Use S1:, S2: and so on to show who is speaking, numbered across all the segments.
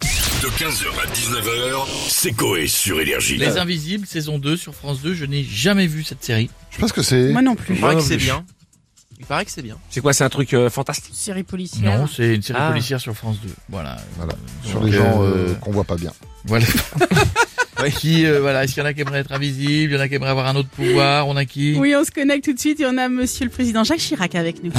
S1: De 15h à 19h, c'est Coé sur Énergie.
S2: Les Invisibles, saison 2 sur France 2, je n'ai jamais vu cette série.
S3: Je sais pas ce que c'est.
S4: Moi non plus.
S5: Il paraît que c'est bien. Il paraît que c'est bien.
S6: C'est quoi, c'est un truc euh, fantastique
S4: Série policière.
S2: Non, c'est une série
S6: Ah.
S2: policière sur France 2. Voilà.
S3: Voilà.
S2: Euh,
S3: Sur
S2: donc,
S3: les gens
S2: euh,
S3: euh, qu'on voit pas bien.
S2: Voilà. qui, euh, voilà, est-ce qu'il y en a qui aimeraient être invisibles, il y en a qui aimeraient avoir un autre pouvoir, on a qui
S4: Oui, on se connecte tout de suite et on a Monsieur le Président Jacques Chirac avec nous.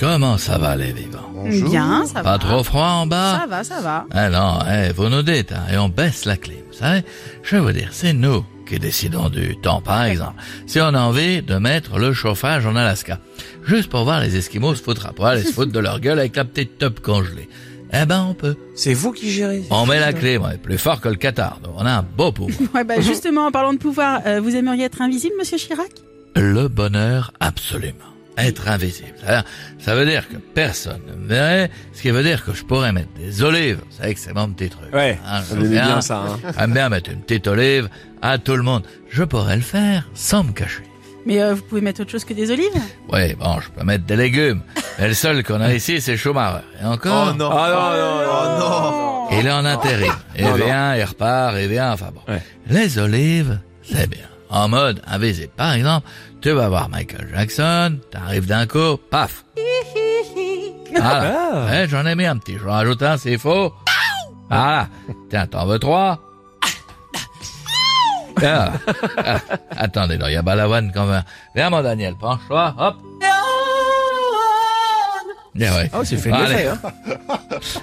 S2: Comment ça va les vivants
S3: Bonjour.
S4: Bien, ça va.
S2: Pas trop froid en bas
S4: Ça va, ça va.
S2: Ah non, eh, vous nous dites, hein, et on baisse la clim, vous savez Je veux dire, c'est nous qui décidons du temps, par exemple. Si on a envie de mettre le chauffage en Alaska, juste pour voir les Esquimaux se foutre à poil et se foutre de leur gueule avec la petite top congelée, eh ben on peut.
S6: C'est vous qui gérez
S2: On met la clim, ouais, plus fort que le Qatar, donc on a un beau pouvoir.
S4: Ouais, bah, justement, en parlant de pouvoir, euh, vous aimeriez être invisible, Monsieur Chirac
S2: Le bonheur, absolument. Être invisible. Ça, ça veut dire que personne ne me verrait, ce qui veut dire que je pourrais mettre des olives. Vous savez que c'est mon petit truc.
S6: Ouais,
S2: Hein,
S6: ça
S2: j'aime
S6: m'aimait
S2: bien.
S6: bien ça. hein.
S2: J'aime bien mettre une petite olive à tout le monde. Je pourrais le faire sans me cacher.
S4: Mais euh, vous pouvez mettre autre chose que des olives
S2: Oui, bon, je peux mettre des légumes. Mais le seul qu'on a ici, c'est Schumacher. Et encore,
S5: non.
S6: Ah non, non, non.
S2: il est en intérim. Et
S6: Oh, Non, non.
S2: vient, il repart, et vient, enfin bon.
S6: Ouais.
S2: Les olives, c'est bien. En mode invisible, par exemple, tu vas voir Michael Jackson, t'arrives d'un coup, paf. Voilà.
S6: Ah.
S2: Ouais, Hein, j'en ai mis un petit. Je rajoute un, c'est faux. Voilà. Tiens, t'en veux trois Ah. Ah. Attendez, non, il y a Balawan quand même. Viens, mon Daniel, penche-toi, hop. Eh ouais.
S6: Ah, c'est fait
S2: Allez.
S6: l'effet, hein.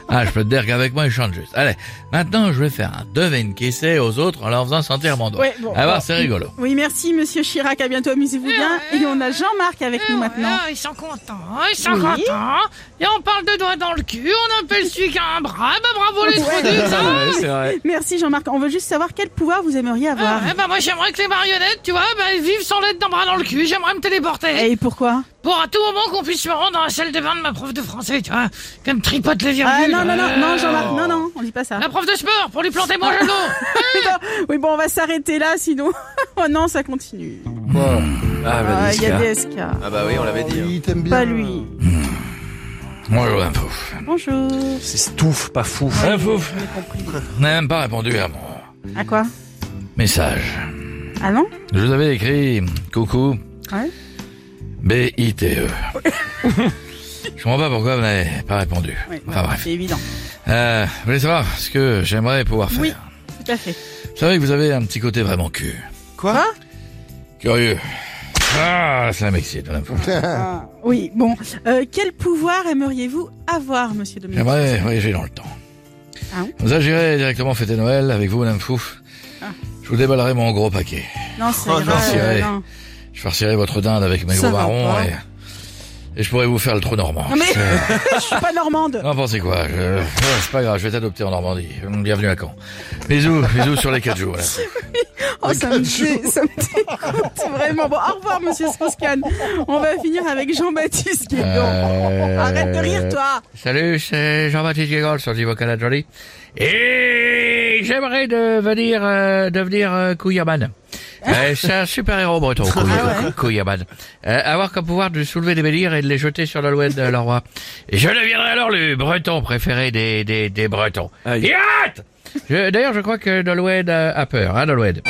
S2: Ah, je peux te dire qu'avec moi, il chante juste. Allez, maintenant, je vais faire un devine qui c'est aux autres en leur faisant sentir mon doigt.
S4: Ouais, bon,
S2: Ah, bah,
S4: bon.
S2: c'est rigolo.
S4: Oui, merci, Monsieur Chirac. À bientôt, amusez-vous bien. Et on a Jean-Marc avec nous maintenant.
S7: Voilà, Ah ils sont contents, hein, ils sont
S4: Oui.
S7: contents. Et on parle de doigts dans le cul, on appelle celui qui a un bras, bah bravo les
S4: Ouais.
S7: trolleys, hein.
S6: Ouais, c'est vrai.
S4: Merci, Jean-Marc. On veut juste savoir quel pouvoir vous aimeriez avoir.
S7: Ah, eh ben, moi j'aimerais que les marionnettes, tu vois, bah, elles vivent sans l'aide d'un bras dans le cul, j'aimerais me téléporter.
S4: Et pourquoi
S7: Pour à tout moment qu'on puisse me rendre dans la salle de bain de ma prof de français, tu vois, qu'elle me tripote les virgules.
S4: Ah non, non, non, non,
S7: Euh,
S4: Jean-Marc, non, non, on dit pas ça.
S7: La prof de sport, pour lui planter mon genou.
S4: Oui, bon, on va s'arrêter là, sinon... oh non, ça continue.
S6: Ah, bah,
S4: Ah,
S6: dis
S4: Il y a
S6: ça.
S4: des SK.
S5: Ah bah oui, on l'avait dit.
S3: Il t'aime bien.
S4: Pas lui.
S2: Bonjour, un pouf.
S4: Bonjour.
S6: C'est stouf, pas fou.
S2: Un pouf.
S4: J'ai compris.
S2: n'a même pas répondu à mon
S4: À quoi
S2: message.
S4: Ah non
S2: Je vous avais écrit coucou.
S4: Ouais.
S2: B-I-T-E. E. Je comprends pas pourquoi vous n'avez pas répondu.
S4: Ouais, ouais,
S2: Enfin bref.
S4: C'est évident.
S2: Euh, vous voulez savoir ce que j'aimerais pouvoir faire
S4: Oui. Tout à fait.
S2: Vous savez que vous avez un petit côté vraiment cul.
S5: Quoi
S2: Curieux. Ah, ça m'excite. madame.
S4: Ah, oui, bon. Euh, quel pouvoir aimeriez-vous avoir, monsieur Dominique
S2: J'aimerais voyager dans le temps.
S4: Ah oui
S2: Vous agirez directement fêter Noël avec vous, Madame Fouf.
S4: Ah.
S2: Je vous déballerai mon gros paquet.
S4: Non, c'est
S5: Oh, non,
S4: vrai,
S2: c'est
S4: euh,
S2: vrai.
S4: non.
S2: Je farcirai votre dinde avec mes
S4: Ça
S2: gros
S4: va
S2: marrons
S4: pas.
S2: et, et je pourrai vous faire le trou normand.
S4: Non, mais-
S2: C'est-
S4: Je suis pas normande.
S2: Non, pensez quoi je... euh, C'est pas grave, je vais t'adopter en Normandie. Hum, Bienvenue à Caen. Bisous, bisous sur les quatre jours. voilà.
S4: Oh, ça me, dé- ça me dégoûte vraiment. Bon, au revoir, monsieur Strauss-Kahn. On va finir avec Jean-Baptiste Guédon.
S2: Euh,
S4: Arrête de rire, toi.
S2: Salut, c'est Jean-Baptiste Guégol sur Divocanat Joli. Et j'aimerais devenir, euh, devenir euh, Kouyaman.
S4: Ah.
S2: Euh, c'est un super héros breton, Kouy- Kouyaman. Euh, avoir comme pouvoir de soulever des béliers et de les jeter sur la louette de leur roi. Et je deviendrai alors le breton préféré des, des, des bretons.
S6: Aïe.
S2: Et arrête Je- D'ailleurs, je crois que Nolwenn euh, a peur, hein, Nolwenn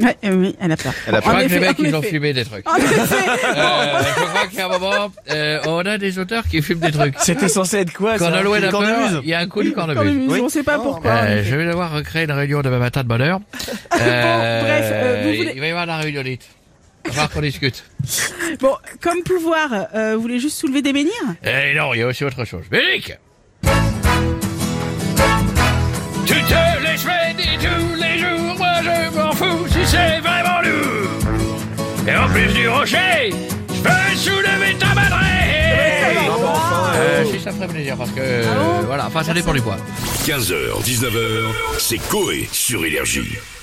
S4: Ouais, euh, oui, elle a peur.
S5: Elle a
S2: Je crois que les
S4: effet,
S2: mecs,
S4: en
S2: ils ont
S4: effet. Ah
S2: fumé des trucs.
S4: En effet.
S2: Euh, je crois qu'à un moment, euh, on a des auteurs qui fument des trucs.
S6: C'était censé être quoi,
S2: Quand
S6: ça
S2: Nolwenn a peur,
S6: Cornemuse
S2: il y a un coup de cornemuse.
S4: Cornemuse,
S6: Oui.
S4: On sait pas pourquoi. en
S2: Euh,
S4: effet.
S2: je vais devoir recréer une réunion demain matin de bonne heure. Euh,
S4: bref, euh, vous voulez-
S2: Il va y avoir la réunionnite. Il va falloir qu'on discute.
S4: Bon, comme pouvoir, euh, vous voulez juste soulever des menhirs
S2: Eh non, il y a aussi autre chose. Musique Toutes les semaines et tous les jours, moi je m'en fous si c'est vraiment lourd. Et en plus du rocher, je peux soulever ta madrée. Euh, si ça me ferait plaisir parce que
S4: Ah
S2: euh, voilà, enfin ça dépend du poids.
S1: 15h, 19h, c'est Coé sur Énergie.